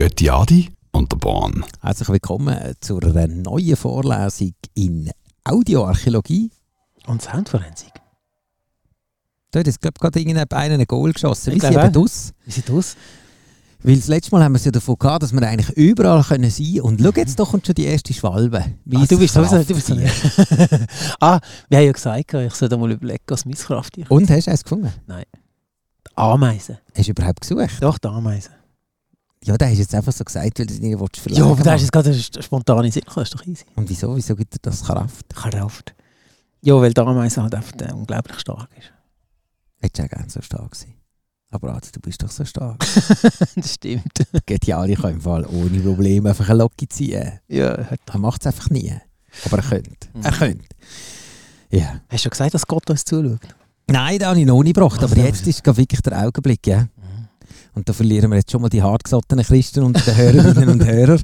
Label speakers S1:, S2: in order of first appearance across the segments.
S1: Götti Adi und der Bahn.
S2: Herzlich willkommen zu einer neuen Vorlesung in Audioarchäologie.
S3: Und Soundforensik.
S2: Da hat jetzt, glaube ich, gerade irgendeiner ein Goal geschossen.
S3: Ich
S2: Wir sind
S3: glaube
S2: eben aus.
S3: Wie sieht aus?
S2: Weil das letzte Mal haben wir es ja davon gehabt, dass wir eigentlich überall können sein können. Und schau, jetzt da kommt schon die erste Schwalbe.
S3: Mhm. Ah, du bist sowieso du
S2: Weisskraft.
S3: bist so Ah, wir haben ja gesagt, ich sollte mal überlegen, was mein Kraft ist.
S2: Und hast du eins gefunden?
S3: Die Ameisen.
S2: Hast du überhaupt gesucht?
S3: Doch, die Ameisen.
S2: Ja, da hast du jetzt einfach so gesagt, weil du es nicht willst
S3: Ja,
S2: verlangen
S3: aber da ist
S2: willst.
S3: jetzt gerade eine spontane Sinn. Das ist doch easy.
S2: Und wieso? Wieso gibt dir das Kraft?
S3: Kraft. Ja, weil die Ameise halt einfach äh, unglaublich stark ist.
S2: Hättest du auch gerne so stark sein. Aber Adi, du bist doch so stark.
S3: das stimmt.
S2: Geht ja alle, kann im Fall ohne Probleme einfach eine Locke ziehen.
S3: Ja, hat-
S2: Er macht es einfach nie. Aber er könnte.
S3: Mhm.
S2: Er könnte. Ja.
S3: hast du gesagt, dass Gott uns zuschaut?
S2: Nein, da habe ich noch nicht gebracht.
S3: Ach,
S2: Aber
S3: da
S2: jetzt
S3: ist-
S2: ist gerade wirklich der Augenblick. Ja? Und da verlieren wir jetzt schon mal die hartgesottenen Christen und die Hörerinnen und Hörer.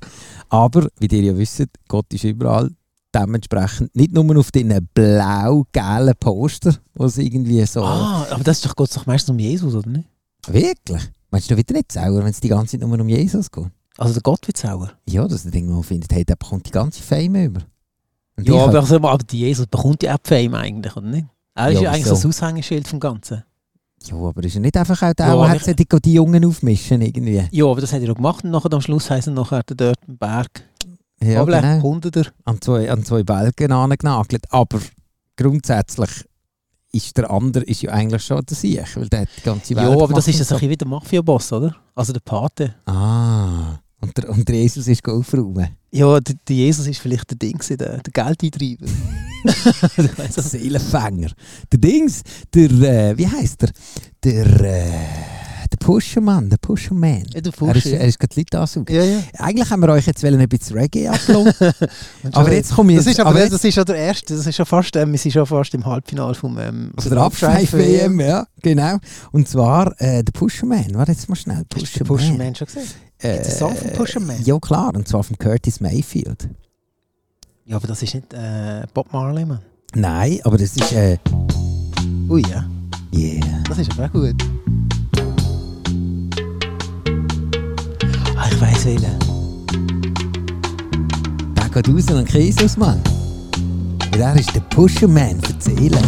S2: Aber, wie ihr ja wisst, Gott ist überall. Dementsprechend nicht nur auf diesen blau-gelben Poster, was irgendwie so.
S3: Ah, aber das ist doch Gott doch meistens um Jesus, oder nicht?
S2: Wirklich? Meinst du wieder nicht sauer, wenn es die ganze Zeit nur um Jesus geht?
S3: Also der Gott wird sauer.
S2: Ja, dass der Ding, man findet, hey, der bekommt die ganze Fame über. Und
S3: Ja,
S2: ich
S3: aber,
S2: hab-
S3: also, aber die Jesus bekommt ja auch die Fame eigentlich, oder nicht? Er ist
S2: Ja,
S3: ja, eigentlich
S2: wieso?
S3: so das Aushängeschild vom Ganzen.
S2: ja, aber ist er nicht einfach auch der, der
S3: Ja, aber
S2: hat sollte die- die Jungen aufmischen irgendwie?
S3: Ja, aber das hat er auch gemacht und nachher am Schluss heißt er nachher der dort im Berg.
S2: Ja,
S3: aber
S2: genau.
S3: Hunderter.
S2: an zwei, an zwei Balken angenagelt. Aber grundsätzlich ist der andere ist ja eigentlich schon der Sieg, weil der hat die ganze Welt
S3: Ja, aber das
S2: gemacht
S3: ist ja
S2: und
S3: so ein bisschen wie der Mafia-Boss, oder? Also der Pate.
S2: Ah, und der, und der Jesus ist go aufräumen.
S3: Ja, der, der Jesus ist vielleicht der Ding, gewesen, der, der Geldeintreiber. Ich weiss
S2: Der
S3: auch nicht.
S2: Seelenfänger. Der Dings, der, äh, wie heisst der? Der, äh, der Pushermann, der Pusherman.
S3: ja, der
S2: Er ist,
S3: Fuchs.
S2: er
S3: Ja,
S2: ist gerade die Leute ansaugen.
S3: ja. ja.
S2: Eigentlich haben wir euch jetzt wollen ein bisschen Reggae abgelassen,
S3: Und
S2: aber
S3: schon-
S2: jetzt komme ich...
S3: Das ist, aber,
S2: jetzt,
S3: das ist ja der erste, das ist ja fast, ähm, wir sind schon fast im Halbfinale vom ähm,
S2: also der Abschweif-WM, ja, genau. Und zwar äh, der Pusherman, warte jetzt mal schnell.
S3: Hast du den Pusherman schon gesehen?
S2: Äh,
S3: Gibt's einen Song von Pusherman?
S2: Ja, klar, und zwar von Curtis Mayfield.
S3: Ja, aber das ist nicht äh, Bob Marley, Mann.
S2: Nein, aber das ist. Äh,
S3: Ui, ja.
S2: yeah.
S3: Das ist aber auch gut. Ah, ich weiss welchen.
S2: Der geht raus an Jesus, Mann. Weil er ist der Pusherman für die Seele.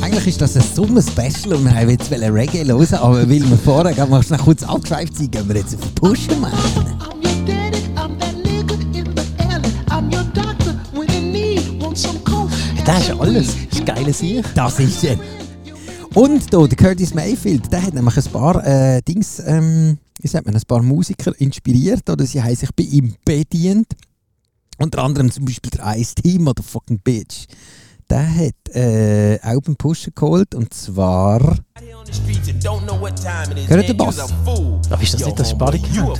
S2: Eigentlich ist das ein Sommer-Special und wir haben jetzt wollen Reggae hören, aber weil wir vorher gerade mal schnell kurz abgeschweift sind, gehen wir jetzt auf den Pusherman.
S4: I'm your daddy, I'm that nigga in the alley. I'm your doctor when you need, want some coke.
S3: Das ist alles. Das ist geile Sieg.
S2: Das ist er. Und da, der Curtis Mayfield, der hat nämlich ein paar äh, Dings, ähm, wie sagt man, ein paar Musiker inspiriert oder sie haben sich bei ihm bedient. Unter anderem zum Beispiel der Ice Team oder fucking Bitch. Der hat äh, auch beim Pusher geholt und zwar.
S5: Hört den Bass.
S3: Aber ist das nicht das Bodycount?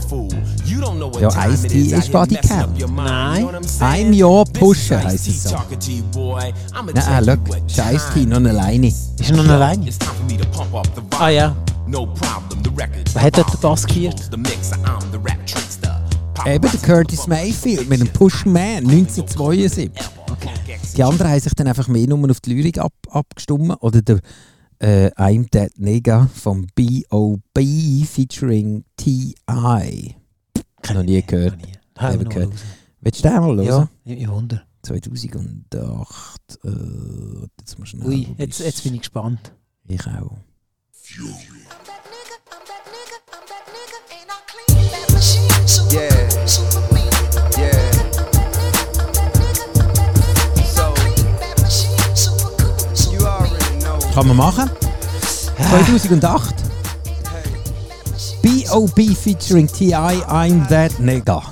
S2: Ja,
S5: Ja,
S2: Ice-T
S5: Ice-T
S2: ist
S5: ist
S2: Bodycount.
S5: Bodycount.
S3: Nein.
S2: I'm your pusher, heisst es so. Nein,
S5: Nein,
S2: schau,
S5: schau,
S2: der Ice Team noch alleine.
S3: Ist er noch alleine? Ah ja. Wer hat dort den Bass geführt?
S2: Eben der Curtis Mayfield mit dem Pushman 1972. Die anderen haben sich dann einfach mehr nur auf die Lyrik ab, abgestimmt. Oder der äh, I'm That Nigga vom B.O.B. featuring T.I. Noch nie gehört.
S3: Haben wir
S2: Eben
S3: noch
S2: gehört.
S3: raus.
S2: Willst du den mal hören?
S3: Ja, ich ich wundere.
S2: 2008. Äh, jetzt mal schnell.
S3: Ui,
S2: wo
S3: jetzt,
S2: bist
S3: jetzt bin ich gespannt.
S2: du? Ich auch.
S4: Yeah. Yeah. So, you already know.
S2: Kann man machen. 2008. B.O.B. featuring T.I. I'm That Nigga.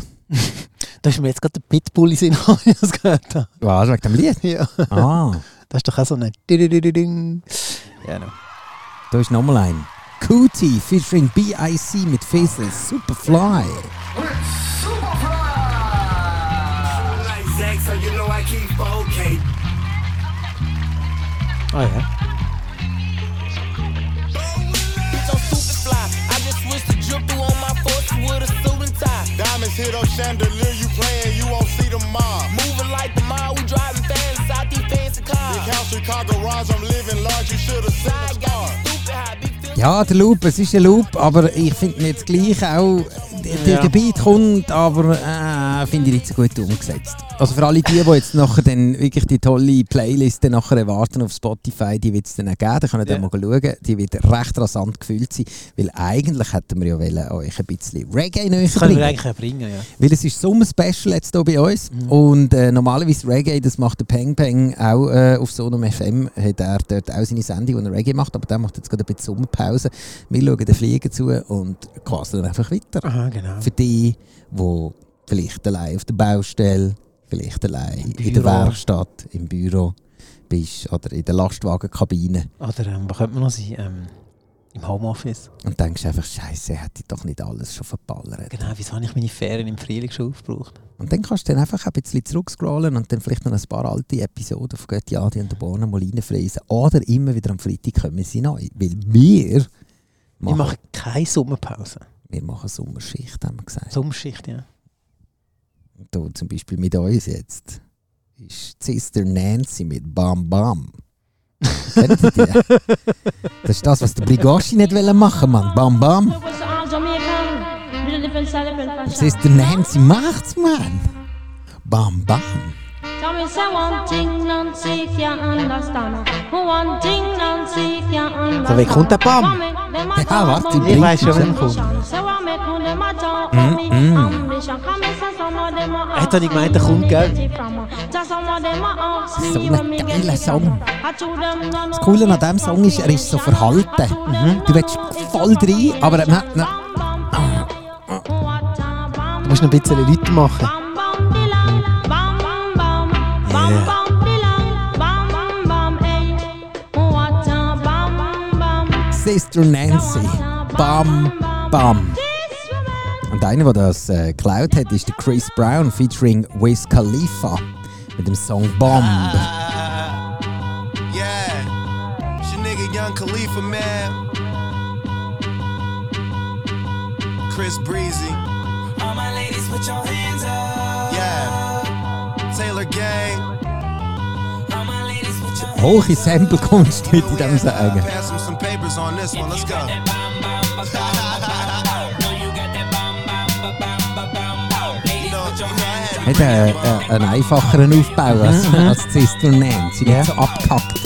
S3: Da ist mir jetzt gerade der Pitbull in den Sinn, als ich das gehört habe.
S2: Was, wegen dem Lied?
S3: Ja.
S2: Ah.
S3: Das ist doch auch so ein Ding. Ja, no.
S2: Da ist nochmal ein. Cootie featuring BIC mit Faisal Superfly.
S3: Ah ja.
S6: Diamonds hit on chandelier, you playing, you won't see the mob. Moving like the mob, we driving fast inside these fancy cars. Chicago Rise, I'm living large, you should have seen the stars.
S2: Ja, der Loop, es ist ein Loop, aber ich finde ihn jetzt gleich auch, der
S3: Ja.
S2: Gebiet kommt, aber äh, finde ich nicht so gut umgesetzt. Also für alle die, die jetzt nachher dann wirklich die tolle Playlist dann nachher erwarten auf Spotify, die wird es dann auch geben, da können ihr
S3: Ja.
S2: mal schauen, die wird recht rasant gefüllt sein, weil eigentlich hätten wir ja wollen, euch ein bisschen Reggae näher
S3: Das können wir
S2: bringen.
S3: eigentlich auch bringen, ja.
S2: Weil es ist Sommer-Special jetzt hier bei uns und äh, normalerweise Reggae, das macht der Peng Peng auch äh, auf so einem FM, hat er dort auch seine Sendung, wo er Reggae macht, aber der macht jetzt gerade ein bisschen Sommerpause. Wir schauen den Fliegen zu und quasseln einfach weiter.
S3: Aha, genau.
S2: Für die, die vielleicht allein auf der Baustelle, vielleicht allein in der
S3: Büro.
S2: Werkstatt, im Büro bist oder in der Lastwagenkabine
S3: Oder ähm, was könnte man noch sein? Ähm, Im Homeoffice.
S2: und denkst einfach, Scheiße, hätte ich doch nicht alles schon verballert.
S3: Genau, wieso habe ich meine Ferien im Frühling schon aufgebraucht?
S2: Und dann kannst du dann einfach ein bisschen zurückscrollen und dann vielleicht noch ein paar alte Episoden von Götti Adi und der Borna mal reinfräsen. Oder immer wieder am Freitag kommen sie neu. Weil wir
S3: Ich
S2: machen,
S3: mache keine Sommerpause.
S2: wir machen Sommerschicht, haben wir gesagt.
S3: Sommerschicht, ja.
S2: Da zum Beispiel mit uns jetzt ist Sister Nancy mit Bam Bam. Kennt ihr die? Das ist das, was der Brigoschi nicht wollte machen Mann. Bam Bam. Sister Nancy macht's, Mann. Bam Bam.
S7: Tell me say one thing Nancy can understand. One thing Nancy can understand.
S3: So, wie kommt der Bam?
S2: Ja, warte, die
S3: Ich weiß schon, wann kommt. Hätte ich gemeint, der kommt, gell?
S7: So
S2: So ein geiler Song. Das Coole an diesem Song ist, er ist so verhalten. Du willst voll rein, aber er hat noch-
S3: Du musst noch ein bisschen Leute machen.
S2: Sister Nancy. Bam, bam. Und einer, der das äh, geklaut hat, ist der Chris Brown featuring Wiz Khalifa mit dem Song Bomb.
S3: Ah.
S6: Uh, Yeah, it's your nigga Young Khalifa, man. Chris Breezy. All my ladies, put your hands up. Yeah, Taylor Gang.
S2: Hohe Samplekunst würde ich dem sagen.
S6: Pass him some papers on this one, let's go.
S2: Hat äh, äh, einen einfacheren Aufbau als, als Sister Nancy.
S3: Mhm, Ja.
S2: Nicht so abgehackt.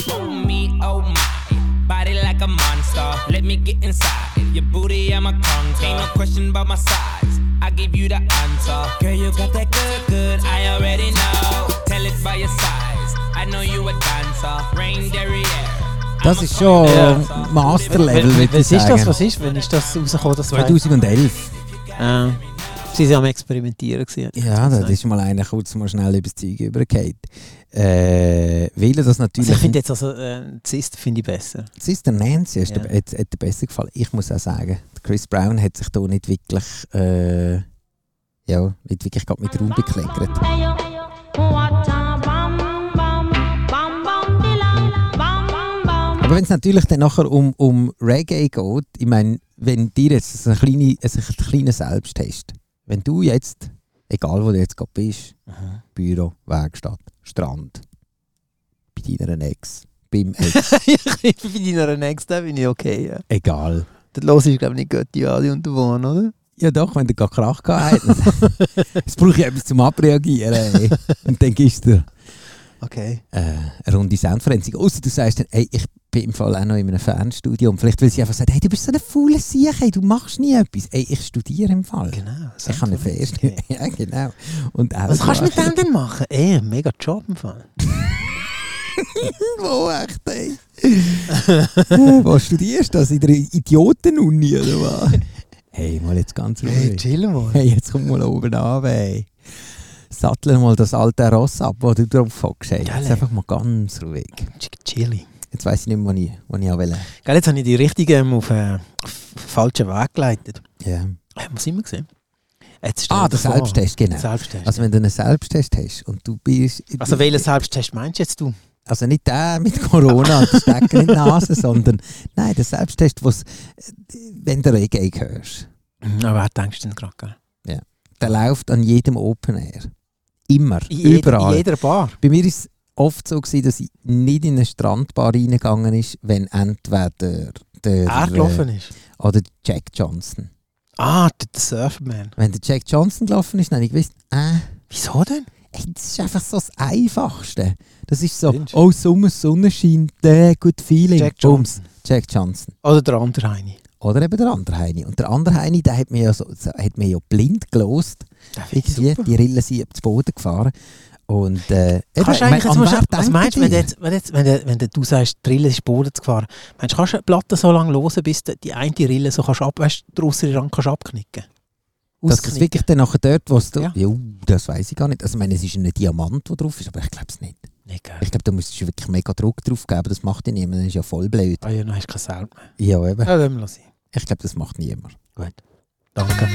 S5: me, oh my. Body like a monster. Let me get inside. Your booty, I'm a conquer. Ain't no question about my size. I give you the answer. Girl, you got that good, good. I already know. Tell it by your size. I know you a dancer. Rain derrière.
S2: Das ist schon
S3: Ja.
S2: Masterlevel, würde ich
S3: Was ist
S2: sagen.
S3: das? Was ist? Wann ist das rausgekommen? Das
S2: 2011.
S3: Äh, sie waren am Experimentieren. Gewesen. Also,
S2: Ja, da ist mal einer kurz mal schnell übers Zeug übergeht. Äh, weil er das natürlich.
S3: Also ich finde jetzt also, äh, Zist finde ich besser.
S2: Sister Nancy ist
S3: Ja.
S2: der, hat, hat dir besser gefallen. Ich muss auch sagen, der Chris Brown hat sich da nicht wirklich, äh, ja, nicht wirklich gerade mit Raum bekleckert. Aber wenn es natürlich dann nachher um, um Reggae geht, ich meine, wenn dir jetzt es ein kleiner kleine Selbsttest, wenn du jetzt, egal wo du jetzt gerade bist, Büro, Werkstatt, Strand, bei deiner Ex, beim Ex,
S3: bei deiner nächsten bin ich okay. Ja.
S2: egal.
S3: Dann los ist glaube ich nicht Götti Ali und Wohn, oder?
S2: Ja doch, wenn der gerade Krach gehabt hat. Es brauche ich etwas zum Abreagieren. Ey. Und dann gibst du
S3: Okay.
S2: äh, eine runde Soundforensik. Außer du sagst dann, ey, ich bin im Fall auch noch in einem Fernstudio. Und vielleicht will sie einfach sagen, hey, du bist so eine faule Sieg, ey, du machst nie etwas. Ey, ich studiere im Fall.
S3: Genau.
S2: Ich kann eine Fernstudio. ja, genau. Und auch
S3: Was kannst du mit
S2: so-
S3: dem denn machen? Ey, mega Job im Fall.
S2: Wo echt, ey? Wo studierst du das? In der Idiotenuni oder was? hey, mal jetzt ganz ruhig.
S3: chillen mal.
S2: Hey, jetzt komm mal oben an, ey. Sattel mal das alte Ross ab, wo du drauf hockst. ey.
S3: Geil,
S2: Jetzt
S3: ey.
S2: einfach mal ganz ruhig.
S3: Chilly.
S2: Jetzt weiss ich nicht mehr, wo ich, wo ich auch will.
S3: Gell, jetzt habe ich die richtigen auf äh, f- falschen Weg geleitet.
S2: Ja.
S3: Haben wir es immer gesehen? Jetzt stell
S2: Ah,
S3: dir
S2: der
S3: vor-
S2: Selbsttest, genau.
S3: Selbsttest. Also,
S2: Also wenn du einen Selbsttest hast und du bist...
S3: also welchen Selbsttest meinst jetzt du?
S2: Also nicht der mit Corona und der Stecker in die Nase, sondern... Nein, der Selbsttest, wo's, wenn du Reggae hörst.
S3: Aber wer denkst du denn gerade? gell?
S2: Der läuft an jedem Open Air. Immer.
S3: In jeder-
S2: überall.
S3: In jeder Bar.
S2: Bei mir ist oft so, gewesen, dass sie nicht in eine Strandbar reingegangen ist, wenn entweder der,
S3: Er Ah, gelaufen ist.
S2: äh, oder Jack Johnson.
S3: Ah, der der Surfman.
S2: Wenn der Jack Johnson gelaufen ist, dann habe ich gewusst, äh,
S3: Wieso denn?
S2: Ey, das ist einfach so das Einfachste. Das ist so,
S3: Stimmt.
S2: oh Sommer, Sonnenschein, der good feeling.
S3: Jack
S2: Bums.
S3: Johnson.
S2: Jack Johnson.
S3: Oder der andere Heini.
S2: Oder eben der andere Heini. Und der andere Heini, der hat mir ja, so, so- hat mir ja blind gelost.
S3: Der finde ich
S2: Irgendwie,
S3: super.
S2: die Rille sind zu Boden gefahren. Und äh,
S3: Kannst du
S2: ich
S3: eigentlich,
S2: meine,
S3: jetzt
S2: an
S3: musst,
S2: wer
S3: du- was
S2: denken
S3: meinst du,
S2: die?
S3: wenn, du jetzt, wenn, jetzt, wenn, du- wenn du- du sagst, die Rille ist Boden zu fahren, meinst du, kannst du eine Platte so lange hören, bis du die eine Rille so kannst ab, weißt, den äusseren Rand kannst abknicken
S2: Dass es wirklich dann nachher dort, wo es... Ja.
S3: Ja.
S2: Jo, das weiß ich gar nicht. Also ich meine, es ist ein Diamant, der drauf ist, aber ich glaube es nicht.
S3: Nicht, gell?
S2: Ich glaube, da musst du wirklich mega Druck drauf geben, das macht ja niemand, das ist ja voll blöd.
S3: Ah ja, dann hast du kein Sound mehr.
S2: Ja, eben.
S3: Ja, lassen wir sein.
S2: Ich glaube, das macht niemand.
S3: Gut. Danke.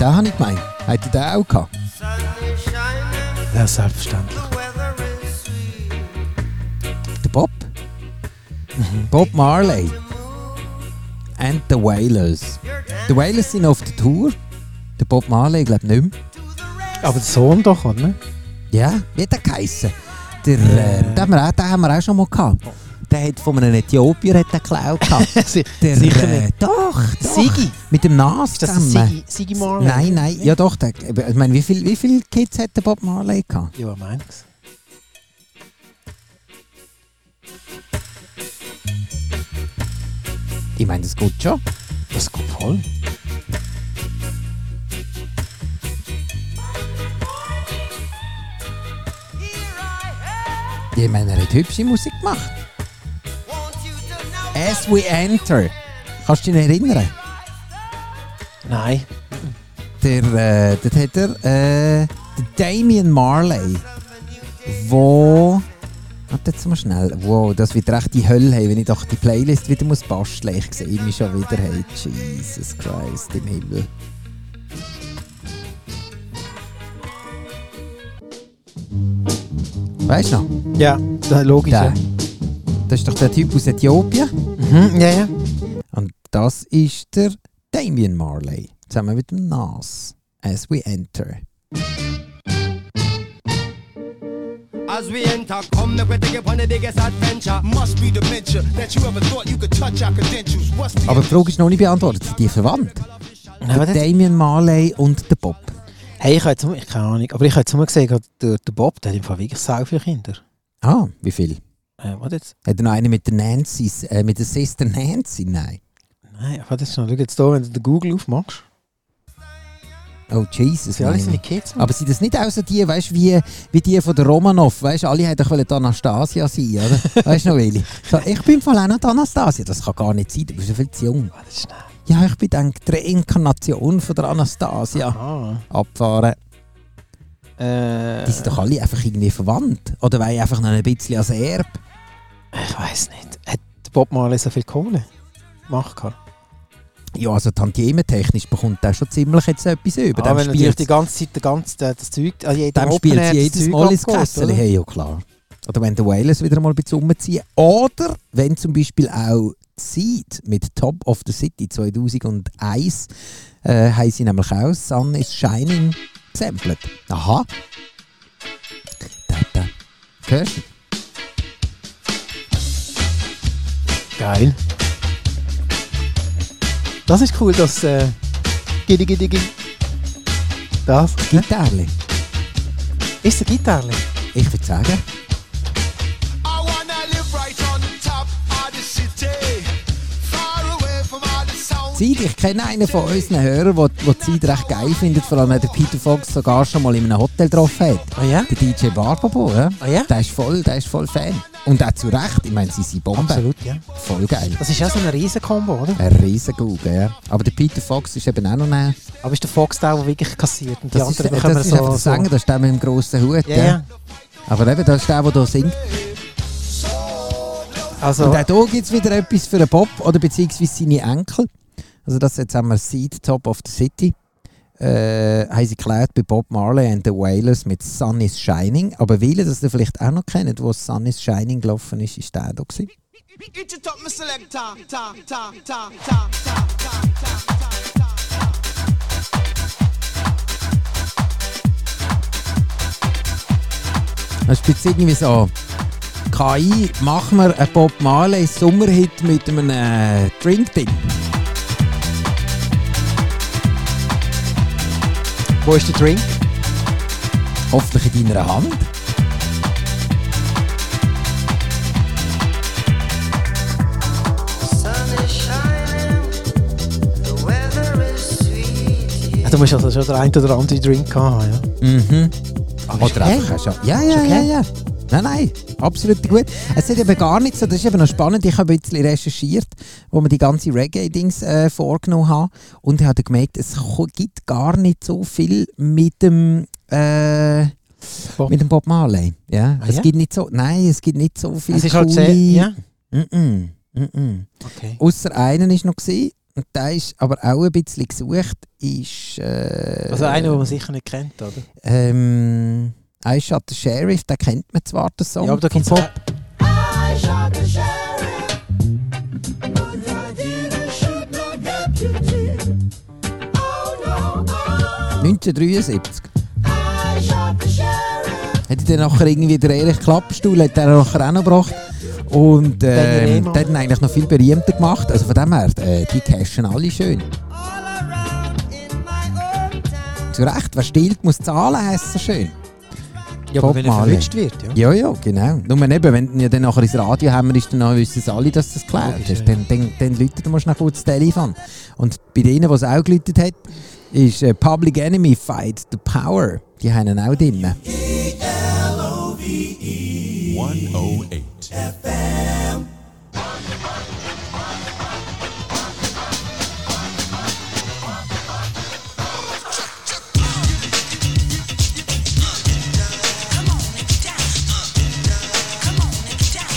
S2: Den habe ich gemeint. Hat ihr den auch gehabt?
S3: Ja, selbstverständlich.
S2: Der Bob? Bob Marley. And the Wailers. Die Wailers sind auf der Tour. Der Bob Marley, glaube ich, nicht mehr.
S3: Aber der Sohn doch, oder? ne?
S2: Ja, wie hat der geheissen? Der, äh, den, haben wir auch, den haben wir auch schon mal gehabt. Der hat von einem Äthiopier hat den geklaut. gehabt.
S3: Si-
S2: Der,
S3: Sicher
S2: äh,
S3: nicht.
S2: Doch, doch.
S3: Sigi.
S2: Mit dem Nas
S3: Ist das der
S2: zusammen.
S3: Sigi, Sigi Marley?
S2: Nein, nein, ja doch. Der, ich meine, wie viele wie viel Kids hat der Bob Marley gehabt?
S3: Ja, meinst
S2: Ich meine, das geht schon.
S3: du? Das geht voll.
S2: Ich meine, er hat hübsche Musik gemacht. As We Enter. Kannst du dich noch erinnern?
S3: Nein.
S2: Der, äh, dort hat er äh, der Damien Marley, wo... Warte jetzt mal schnell. Wow, das wird recht die Hölle haben, wenn ich doch die Playlist wieder muss basteln muss. Ich sehe mich schon wieder. Hey, Jesus Christ im Himmel. Weißt du noch?
S3: Ja, da- logisch.
S2: Der.
S3: Ja.
S2: Das ist doch der Typ aus Äthiopien.
S3: Mhm, ja, ja.
S2: Und das ist der Damien Marley, zusammen mit dem Nas. As we enter.
S8: As we enter, come the critic upon the biggest adventure.
S6: Must be dementia that you ever thought you could touch our credentials. What's the
S2: Aber die Frage ist noch nicht beantwortet. Sind die verwandt?
S3: Nein, aber
S2: der
S3: das-
S2: Damien Marley und der Bob.
S3: Hey, ich habe jetzt, nur- ich keine Ahnung, aber ich habe jetzt nur gesehen, gerade der, der Bob, der hat im Fall wirklich sehr viele Kinder.
S2: Ah, wie viel?
S3: Äh, warte jetzt.
S2: Hat er noch einen mit der Nancy, äh, mit der Sister Nancy? Nein.
S3: Nein, warte jetzt noch. Schau jetzt hier, wenn du den Google aufmachst.
S2: Oh, Jesus.
S3: sind alle
S2: meine
S3: seine
S2: ich.
S3: Kids.
S2: Aber sind das nicht auch so die, weißt, wie, wie die von der Romanov? Weißt, alle hätten doch wollen die Anastasia sein, oder? Weißt du noch, Willi? So, ich bin von einer Anastasia. Das kann gar nicht sein, du bist ja viel zu jung.
S3: Warte schnell.
S2: Ja, ich bin dann die Reinkarnation von der Anastasia.
S3: Ah.
S2: Abfahren.
S3: Äh,
S2: Die sind doch alle einfach irgendwie verwandt. Oder wollen einfach noch ein bisschen als Erbe.
S3: ich weiß nicht. Hat Bob Marley so viel Kohle? Mach kann.
S2: Ja, also tantiementechnisch bekommt der schon ziemlich jetzt etwas über.
S3: Ah,
S2: dem
S3: wenn natürlich
S2: spielt,
S3: die ganze Zeit der ganze, der, das Zeug, also jeder
S2: dem
S3: Open
S2: spielt
S3: Air
S2: sie
S3: das
S2: jedes
S3: Zeug
S2: Mal ins
S3: abgeht,
S2: Kessel.
S3: oder?
S2: Hey, ja klar. Oder wenn der Wales wieder mal ein bisschen umziehen. Oder wenn zum Beispiel auch Seed mit Top of the City 2001 äh, haben sie nämlich auch Sun is Shining gesampelt. Aha. Da, da. Hörst du?
S3: Geil. Das ist cool, dass. Äh, gidi, gidi, gidi. Das.
S2: Gitarre.
S3: Ist eine Gitarre.
S2: Ich würde sagen,
S6: I wanna live right on the top of the city. Far away from all the sound.
S2: Zeit, ich kenne einen von unseren Hörern, der der die Zeit recht geil findet, vor allem wenn der Peter Fox sogar schon mal in einem Hotel getroffen hat.
S3: Ah ja?
S2: Der DJ Barbabo, ja?
S3: Ah ja?
S2: Der ist voll, der ist voll Fan. Und auch zu Recht, ich meine, sie sind Bomben.
S3: Absolut, ja.
S2: Voll geil.
S3: Das ist ja so ein riesen Combo, oder?
S2: Ein Riesengauge, ja. Aber der Peter Fox ist eben auch noch ein...
S3: Aber ist der Fox der, der wirklich kassiert und die
S2: Das ist,
S3: anderen
S2: das
S3: bekommen
S2: ist
S3: so...
S2: einfach der Sänger, das ist der mit dem grossen Hut,
S3: Ja, ja.
S2: Aber eben, das ist der, der hier singt.
S3: Also,
S2: Und auch hier gibt es wieder etwas für den Bob oder beziehungsweise seine Enkel. Also das jetzt haben wir Seed Top of the City. Äh, haben sie geklärt bei Bob Marley and the Wailers mit Sun is Shining. Aber weil ihr das ihr vielleicht auch noch kennt, wo Sun is Shining gelaufen ist, ist der da gewesen.
S6: Get your top, Mr. Selector. Ta, ta, ta, ta, ta, ta, ta, ta, ta.
S2: Das ist jetzt irgendwie so. KI, machen wir einen Bob Marley Sommerhit mit einem äh, Drink-Ding.
S3: Wo ist der Drink?
S2: Hoffentlich in deiner Hand.
S3: Ja, du musst also schon den einen oder anderen Drink haben, ja.
S2: Mhm. Oder
S3: Oh, okay.
S2: einfach schon. Ja, ja,
S3: okay.
S2: ja, ja. Nein, nein, absolut gut. Es hat eben gar nicht so, das ist eben noch spannend, ich habe ein bisschen recherchiert, wo wir die ganzen Reggae-Dings äh, vorgenommen haben und ich habe dann gemerkt, es ko- gibt gar nicht so viel mit dem, äh,
S3: Bob.
S2: mit dem Bob Marley. Ja,
S3: Ah,
S2: es
S3: ja?
S2: gibt nicht so, nein, es gibt nicht so viel
S3: Es ist halt sehr...
S2: coole-
S3: Ja?
S2: Mm-mm, mm-mm.
S3: Okay.
S2: Ausser einen ist noch gewesen, und der ist aber auch ein bisschen gesucht, ist... Äh,
S3: Also einer, den man sicher nicht kennt, oder?
S2: Ähm, I Shot the Sheriff, den kennt man zwar, den Song.
S3: Ja, aber da gibt's
S2: Von-
S3: auch-
S6: Oh, Sheriff.
S2: 1973. Hätte dann nachher irgendwie der Erich Klappstuhl, hat er nachher auch noch gebracht. Und
S3: Benny
S2: ähm,
S3: Lehmann.
S2: der hat ihn eigentlich noch viel berühmter gemacht. Also von dem her, äh, die cashen alle schön. Zu Recht, wer stillt, muss zahlen, heisst so schön.
S3: Ja,
S2: Bob
S3: aber wenn er
S2: Marley.
S3: verwünscht wird,
S2: Ja,
S3: ja.
S2: ja, genau. Nur eben, wenn ja dann nachher ins Radio haben, ist, dann wissen sie alle, dass das geklärt
S3: Logisch,
S2: ist.
S3: ja.
S2: Dann, dann, dann läutet man schnell kurz das Telefon. Und bei denen, die es auch geläutet hat, ist äh, Public Enemy Fight the Power. Die haben ihn auch drin.
S9: 108.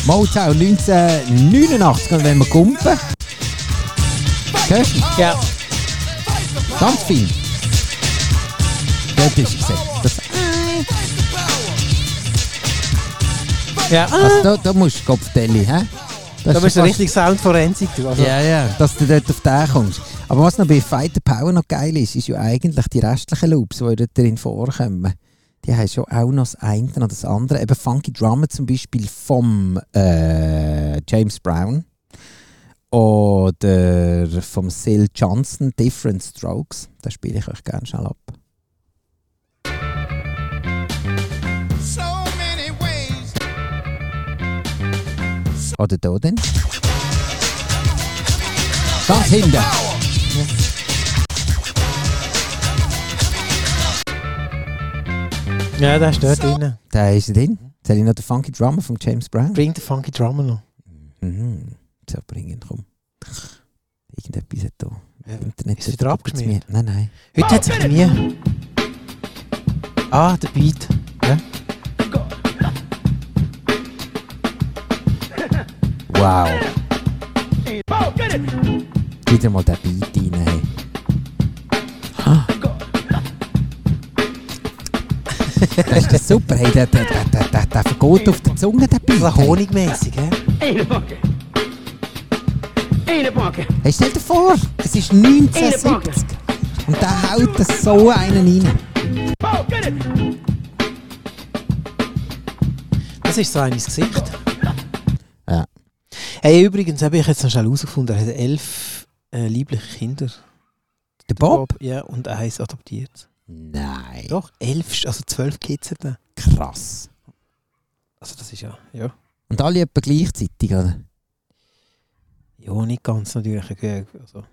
S2: Motown 1989, und wenn wir kumpen. Hörst du?
S3: Ja.
S2: Ganz fein. Dort ist es. gewesen. Das,
S3: Ja. Ah.
S2: also, da, da musst du Kopfdeli, hä? Das
S3: Da
S2: ist
S3: bist du
S2: fast-
S3: richtig Soundforensik, du. Also,
S2: Ja, ja, dass du dort auf den kommst. Aber was noch bei Fight the Power noch geil ist, ist ja eigentlich die restlichen Loops, die dort drin vorkommen. Die haben schon auch noch das eine oder das andere. Eben Funky Drummer zum Beispiel vom äh, James Brown oder vom Sil Johnson, Different Strokes. Da spiele ich euch gerne schnell ab. Oder da denn? Ganz hinten.
S3: ja der ist dort drin.
S2: Da ist er drin. Soll ich noch den Funky Drummer von James Brown?
S3: Bring den Funky Drummer noch.
S2: Mhm. So, bringen, komm. Irgendetwas hat da.
S3: Ja.
S2: Internet
S3: Ist wieder
S2: tut es mir-
S3: abgeschmiert?
S2: Nein, nein.
S3: Heute hat es nie. Ah, der Beat. Ja.
S2: Wow. Wieder mal den Beat rein. Hey. Ah. das ist das super. Hey, der, der, der, der, der, der vergeht auf der Zunge, der Beat.
S3: Also
S2: Hey.
S3: honigmäßig, hä?
S2: Hey, stell dir vor, es ist 1970. Und der haut das so einen rein.
S3: Das ist so eines Gesicht.
S2: Ja.
S3: Hey, übrigens habe ich jetzt noch schnell herausgefunden, er hat elf äh, liebliche Kinder.
S2: Der Bob?
S3: Ja, und eins adoptiert.
S2: Nein.
S3: Doch, elf, ist- also zwölf Kids hat er.
S2: Krass.
S3: Also das ist ja, ja.
S2: Und alle etwa gleichzeitig, oder?
S3: Ja, nicht ganz natürlich. ja, Also,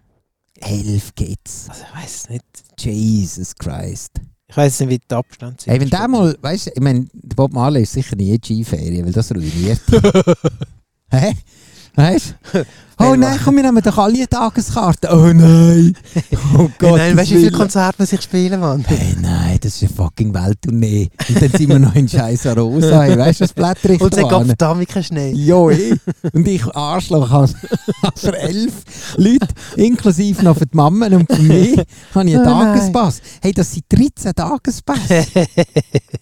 S2: Elf geht's.
S3: also ich weiß nicht.
S2: Jesus Christ.
S3: Ich weiß nicht, wie die Abstände sind.
S2: Ey, wenn der mal, weißt du, ich meine, der Bob Marley ist sicher nie in die Skiferien, weil das ruiniert. Hä? Weißt du? Oh nein, komm, wir nehmen doch alle eine Tageskarte. Oh nein! Oh
S3: Hey,
S2: Gott!
S3: nein, weißt du, wie viele Konzerte man sich spielen kann?
S2: Hey, nein, das ist eine fucking Welttournee. Und dann sind wir noch in Scheiß Rosa. Hey, weißt du, was blätter ich
S3: Und
S2: da
S3: dann
S2: an?
S3: gab es damit keinen Schnee.
S2: Jo, eh. Und ich Arschloch habe für elf Leute, inklusive noch für die Mama und für mich, habe ich einen
S3: Oh nein.
S2: Tagespass. Hey, das sind 13 Tagespässe.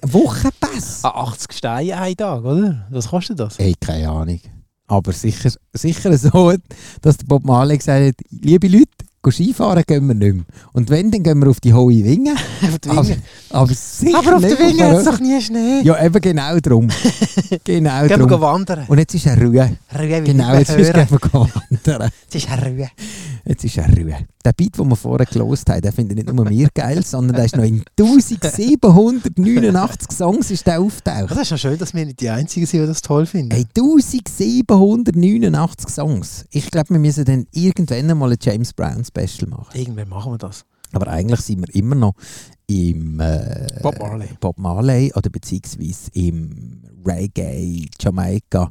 S2: Wochenpass.
S3: Ah, 80 Steine ein Tag, oder? Was kostet das?
S2: Hey, keine Ahnung. Aber sicher, sicher so, dass der Bob Marley gesagt hat, liebe Leute, Skifahren gehen wir nicht mehr. Und wenn, dann gehen wir auf die hohe Winge.
S3: Auf die
S2: Aber,
S3: Winge.
S2: aber sicher
S3: Aber auf
S2: also nicht
S3: der Winge
S2: einer-
S3: hat es doch nie Schnee.
S2: Ja, eben genau drum. genau
S3: Gehen wir gehen
S2: drum.
S3: wandern.
S2: Und jetzt ist eine Ruhe.
S3: Ruhe, wie
S2: Genau,
S3: wir
S2: jetzt ist
S3: hören.
S2: gehen wir wandern.
S3: Es ist eine Ruhe.
S2: Jetzt ist eine Ruhe. Der Beat, den wir vorher gelost haben, den finden nicht nur wir geil, sondern der ist noch in 1789 Songs ist der auftaucht.
S3: Das ist ja schön, dass wir nicht die Einzigen sind, die das toll finden.
S2: Hey, 1789 Songs. Ich glaube, wir müssen dann irgendwann mal ein James Brown Special machen.
S3: Irgendwann machen wir das.
S2: Aber eigentlich sind wir immer noch im äh,
S3: Bob Marley.
S2: Bob Marley oder beziehungsweise im Reggae, Jamaika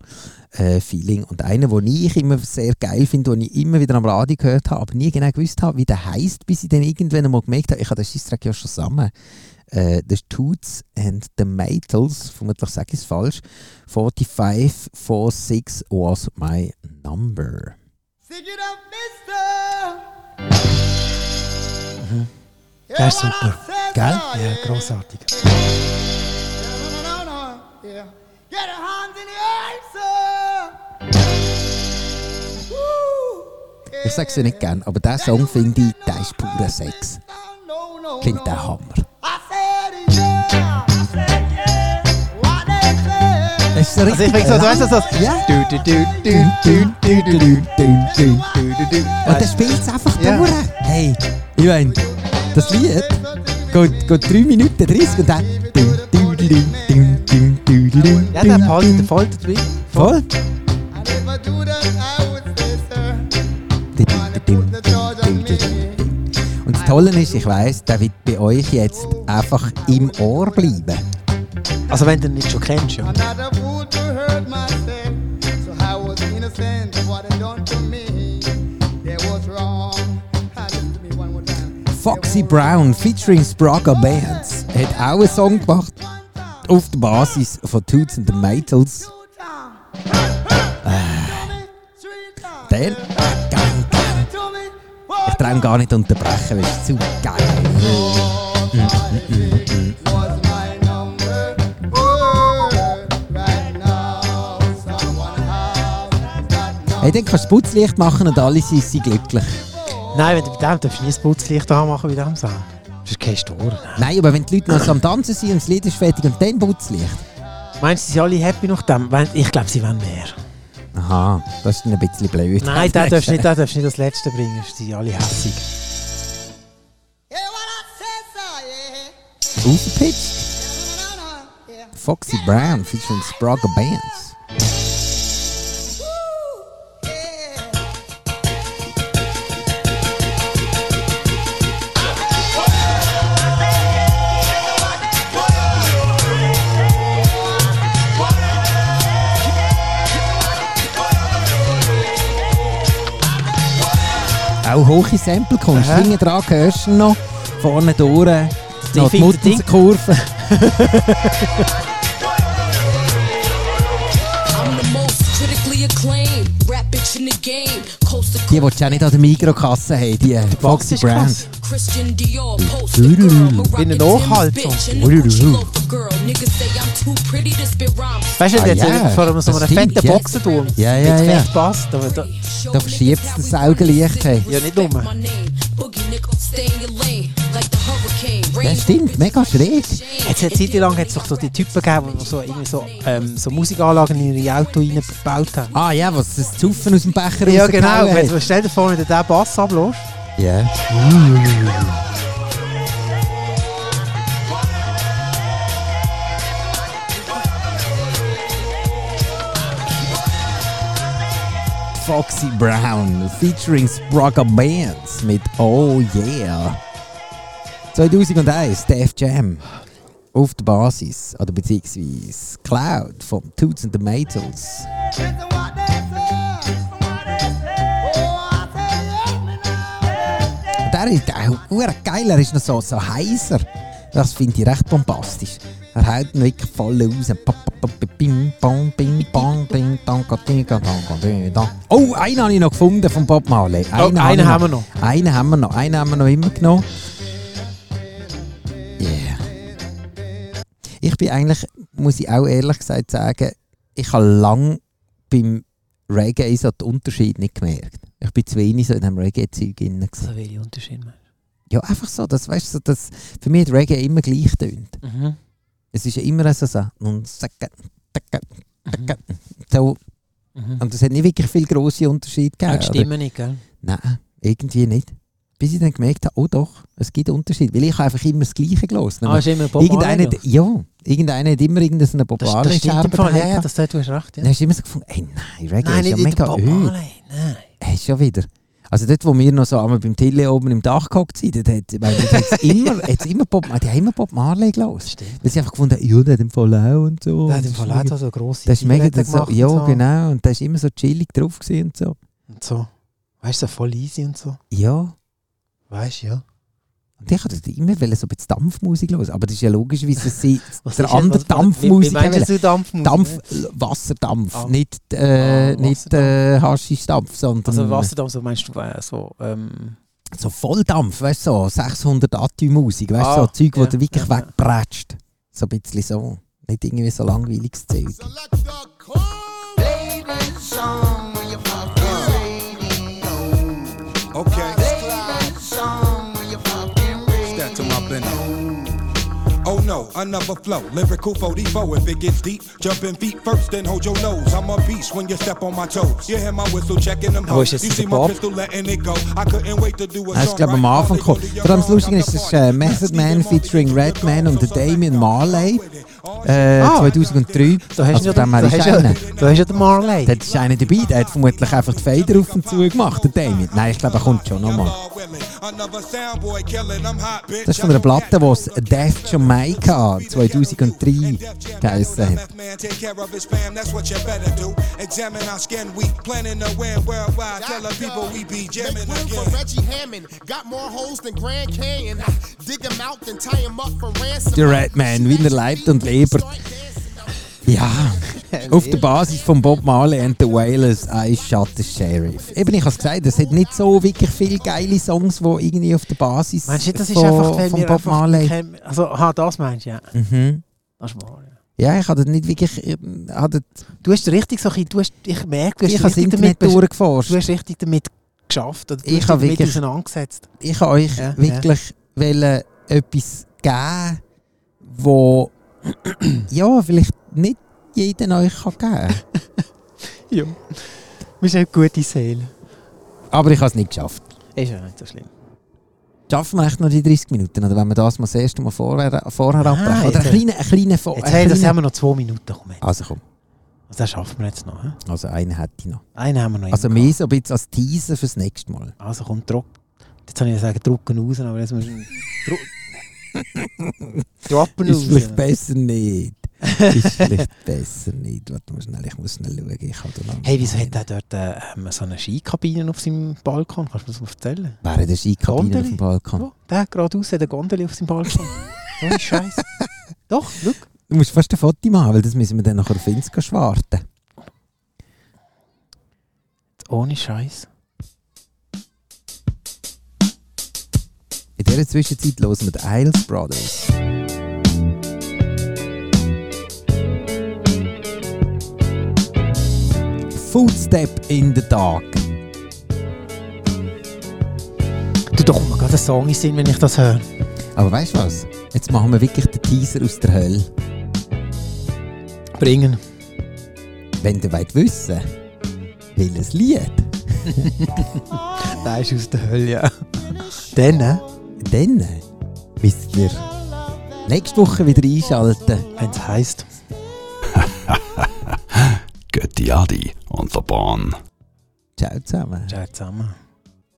S2: äh, Feeling. Und einer, den ich immer sehr geil finde, den ich immer wieder am Radio gehört habe, aber nie genau gewusst habe, wie der heißt, bis ich dann irgendwann einmal gemerkt habe, ich habe den Scheiss-Track ja schon zusammen. Äh, das ist Toots and the Maytals, vermutlich sage ich es falsch. 45, 46 was my number.
S6: Sing it up, mister.
S3: Das ist super.
S2: Gell?
S3: Ja, grossartig.
S6: Yeah. Get your hands in the air, sir. Woo.
S2: Ich sage es ja nicht gern, aber diesen Song finde ich, der ist purer Sex.
S6: No, no,
S2: Klingt
S6: no.
S2: der Hammer.
S6: I said yeah. I said yeah. What they say.
S2: Das ist
S3: Also ich weiß, was weißt du das?
S2: Ja.
S3: Du, du, du, du, du, du, du, du, du, du, du.
S2: Und dann spielt es einfach
S3: Ja.
S2: durch. Hey, ich meine, das Lied geht, geht 3 Minuten 30 und dann...
S3: Ja, der behaltet den Falter drin.
S2: Voll.
S6: I never do that, I would say, sir. Wanna put the charge on me.
S2: Und das Tolle ist, ich weiss, der wird bei euch jetzt einfach im Ohr bleiben.
S3: Also wenn du ihn nicht schon kennst, ja.
S6: I'm not a fool to hurt myself, so I was innocent of what they done to me. There was wrong. Ah, listen to me one more time.
S2: Foxy Brown featuring Sprague Bands hat auch einen Song gemacht auf der Basis von Toots and the Maytals.
S6: Two times. Ah. Three times.
S2: Der...
S6: To me.
S2: Ich
S6: What
S2: traue ihn gar nicht unterbrechen, weil es ist zu geil.
S6: was my number? Oh, right now, someone has got
S2: Hey, dann kannst du das Putzlicht machen und alle sind, sind glücklich.
S3: Nein, wenn du bei dem darfst du nie das Putzlicht anmachen bei dem Sound. Das ist kein Stor.
S2: Nein, aber wenn die Leute noch so am Tanzen sind und das Lied ist fertig und dann Putzlicht.
S3: Meinst du, sie sind alle happy nach dem? Weil- Ich glaube, sie wollen mehr.
S2: Aha, das ist dann ein bisschen blöd.
S3: Nein, den darfst du nicht, den darfst du nicht als Letzte bringen. Sie sind alle hässig.
S6: Hey, what I said, sir, yeah.
S2: Aufgepitcht. Foxy Brown featuring Sprague Bands. Auch hohe Sample kommst.
S3: Aha.
S2: Hinten dran hörst du ihn noch, vorne durch.
S3: Die
S2: noch Die
S3: finden dich.
S2: Mutterkurve.
S4: I'm the most critically acclaimed rap bitch in the game. Coast to
S2: Die willst du auch nicht an der Mikrokasse haben, die äh,
S3: Box
S2: Foxy
S3: ist
S2: Brown.
S3: krass.
S4: Christian Dior poster girl,
S3: Bin eine Nachhaltung.
S4: Weißt
S3: Weißt du,
S2: Ah,
S3: jetzt
S2: ja.
S3: yeah. vor einem so
S2: Das
S3: einer
S2: stimmt,
S3: fetten
S2: ja.
S3: Boxenturm
S2: Ja, ja,
S3: mit
S2: ja.
S3: fett passt. Aber da,
S4: du,
S2: da verschiebt das Augenlicht, hey.
S3: Ja, nicht dumm.
S2: Ja, stimmt, mega schräg.
S3: Jetzt hat Zeit lang hat's doch so die Typen gegeben, die so, irgendwie so, ähm, so Musikanlagen in ihre Auto reingebaut haben.
S2: Ah ja, was das Zuffen aus dem Becher
S3: Ja,
S2: rausgehauen
S3: genau.
S2: hat.
S3: Jetzt, stell dir vor, wenn du den Bass ablässt.
S2: Ja. Foxy Brown featuring Sprague Bands mit Oh Yeah. 2001, Def Jam. Auf der Basis, oder beziehungsweise Cloud von Toots and the Maytals.
S6: Listen what they say. Oh, I say, yeah, me now.
S2: Und Der ist auch hure geil, er ist noch so, so heiser. er Das finde ich recht bombastisch. Er haut ihn wirklich voll raus. Pa, pa, pa, pa, Bing, bong, bing, bong, bing, danka, dinka, danka, ding, dang. Oh, einen habe ich noch gefunden von Bob Marley.
S3: Oh, einen
S2: habe ich
S3: haben wir noch.
S2: Einen haben wir noch. Einen haben wir noch immer genommen. Yeah. Ich bin eigentlich, muss ich auch ehrlich gesagt sagen, ich habe lang beim Reggae so den Unterschied nicht gemerkt. Ich bin zu wenig so in diesem Reggae-Zeug drin. gewesen.
S3: So Also welche Unterschied meinst
S2: Ja, einfach so, das weißt du, so, das, für mich hat Reggae immer gleich tönt.
S3: du? Mhm.
S2: Es ist ja immer so, so, und zacka, zacka, zacka. so.
S3: Mhm.
S2: Und es hat nicht wirklich viel grosse Unterschiede gegeben.
S3: Auch die
S2: oder?
S3: Stimme nicht, gell?
S2: Nein, irgendwie nicht. Bis ich dann gemerkt habe, oh doch, es gibt Unterschiede. Weil ich habe einfach immer das Gleiche gelesen.
S3: Ah, ist immer Bob
S2: irgendeiner,
S3: Marley
S2: hat, ja, irgendeiner hat immer irgendeine Bob
S3: Das,
S2: Marley
S3: das stimmt im
S2: Scherbe
S3: Fall. Ja,
S2: gehabt.
S3: ja, das, du hast recht. Ja.
S2: Dann hast du immer so gefunden, ey nein, Reggae
S3: Nein,
S2: ist ja
S3: nicht
S2: mega
S3: in der Bob
S2: öd.
S3: Marley. Nein.
S2: Hey, ist ja wieder. Also dort, wo wir noch so einmal beim Tille oben im Dach gehockt sind, dort hat es immer, hat's immer Bob Marley, die haben immer Bob Marley gelesen.
S3: Stimmt.
S2: Weil sie einfach gefunden haben, ja, der hat im Fall auch und so.
S3: Der hat
S2: Und
S3: im Fall
S2: das ist mega-
S3: auch so grosse
S2: Das ist mega,
S3: Zigaretten
S2: das so,
S3: gemacht und
S2: ja
S3: so.
S2: genau, und der ist immer so chillig drauf gewesen und so.
S3: Und so. Weißt du, so voll easy und so.
S2: Ja,
S3: Weißt du, ja.
S2: und ich wollte immer wollen, so ein bisschen Dampfmusik hören, aber das ist ja logisch, wie es sie
S3: Was
S2: der
S3: ist denn-
S2: andere
S3: was- Wie, wie
S2: Dampfmusik
S3: meinst
S2: wollen.
S3: du Dampfmusik?
S2: Dampf,
S3: ne?
S2: Wasserdampf,
S3: Ah.
S2: nicht, äh,
S3: Ah,
S2: nicht äh, Haschischdampf, sondern
S3: Also Wasserdampf, so meinst du äh, so... Ähm,
S2: so Volldampf, weißt du, so 600 Atü-Musik, weißt du, so
S3: Ah,
S2: Zeug, wo
S3: ja,
S2: du wirklich
S3: ja, ja.
S2: wegprätscht. So ein bisschen so. Nicht irgendwie so langweiliges Zeug.
S8: Okay. Step to my bendo. Oh no, another flow. Lyrical 44. If it gets deep, jumping feet first, then hold your nose. I'm a beast when you step on my toes. You hear my whistle checking them.
S3: Wo ist jetzt
S8: You
S3: der
S8: see my
S3: Bob?
S8: pistol letting it go. I couldn't wait to do a
S2: Das ist, glaube ich, am Anfang gekommen. Vor allem das Lustige ist, das ist äh, Method Man featuring Redman und der Damien Marley. Äh,
S3: Ah.
S2: 2003.
S3: da hast
S2: also,
S3: du ja,
S2: dem her
S3: da
S2: ist
S3: hast ja,
S2: einer.
S3: da hast ja den Marley.
S2: Dort ist einer dabei, der hat vermutlich einfach die Fader auf und zu gemacht, der Damien. Nein, ich glaube, er kommt schon nochmal. Das ist von einer Platte, die es Death Jamaica 2003 geheissen hat.
S10: Make room for Reggie Hammond. Got more holes than Grand Canyon. Dig him out, then tie him up for ransom.
S2: Der Redman, wie er leibt und lebt. Ja, auf der Basis von Bob Marley and the Wailers, I Shot the Sheriff. Eben, ich habe es gesagt, es hat nicht so wirklich viele geile Songs, die irgendwie auf der Basis
S3: Meinst du, das ist
S2: von,
S3: einfach, weil
S2: von
S3: wir
S2: Bob
S3: einfach
S2: Marley...
S3: kein- Also, aha, das meinst du, ja.
S2: Mhm.
S3: Das ist wahr, ja.
S2: Ja, ich habe das nicht wirklich... Ich, habe das,
S3: Du hast richtig so ein bisschen- du hast, ich merke, du
S2: ich
S3: hast,
S2: habe das
S3: richtig,
S2: Internet
S3: damit, bes-
S2: durchgeforscht.
S3: du hast richtig damit geschafft. Oder du
S2: Ich
S3: hast dich
S2: habe
S3: damit
S2: wirklich-
S3: auseinandergesetzt.
S2: ich habe euch
S3: Ja,
S2: wirklich Wollen etwas geben, wo ja, vielleicht nicht jeder euch kann geben kann.
S3: Ja. Wir sind eine gute Seele.
S2: Aber ich habe es nicht geschafft.
S3: Ist ja nicht so schlimm.
S2: Schaffen wir echt noch die 30 Minuten? Oder wenn wir das mal das erste Mal vorher, vorher
S3: Ah,
S2: abbrechen? Oder
S3: jetzt-
S2: einen kleinen, einen kleinen Vor-
S3: Jetzt,
S2: einen
S3: hey, das
S2: kleinen-
S3: haben wir noch zwei Minuten. Komm, jetzt.
S2: Also komm,
S3: Also, das schaffen wir jetzt noch. He?
S2: also einen hätte ich noch.
S3: Einen haben wir noch.
S2: Also
S3: immer
S2: mehr so ein bisschen als Teaser fürs nächste Mal.
S3: gehabt. also komm, drop. Jetzt habe ich gesagt, drucken raus, aber jetzt musst du... Dro droppen
S2: Ist vielleicht
S3: raus.
S2: besser nicht. Ist vielleicht besser nicht. Warte mal schnell, ich muss schnell schauen. Ich habe da noch-
S3: Hey, wieso hat er dort äh, ähm, so eine Skikabine auf seinem Balkon? Kannst du mir das mal erzählen?
S2: Wäre der Skikabine auf dem
S3: Gondeli?
S2: Balkon.
S3: Ja, der geradeaus hat eine Gondel auf seinem Balkon. so ein Scheiß. Doch, schau.
S2: Du musst fast ein Foto machen, weil das müssen wir dann nachher auf Insta schwarten.
S3: Ohne Scheiß.
S2: In dieser Zwischenzeit hören wir die Isles Brothers. Footstep in the Dark.
S3: Du doch mal gerade einen Song in den Sinn, wenn ich das äh, höre.
S2: Aber weißt du was? Jetzt machen wir wirklich den Teaser aus der Hölle.
S3: Bringen.
S2: Wenn ihr wollt wissen, welches Lied,
S3: Der ist aus der Hölle, ja. Dann, äh,
S2: dann müsst ihr nächste Woche wieder einschalten.
S3: wenn es heisst.
S1: Götti Adi on the Bahn.
S2: Ciao zusammen.
S3: Ciao zusammen.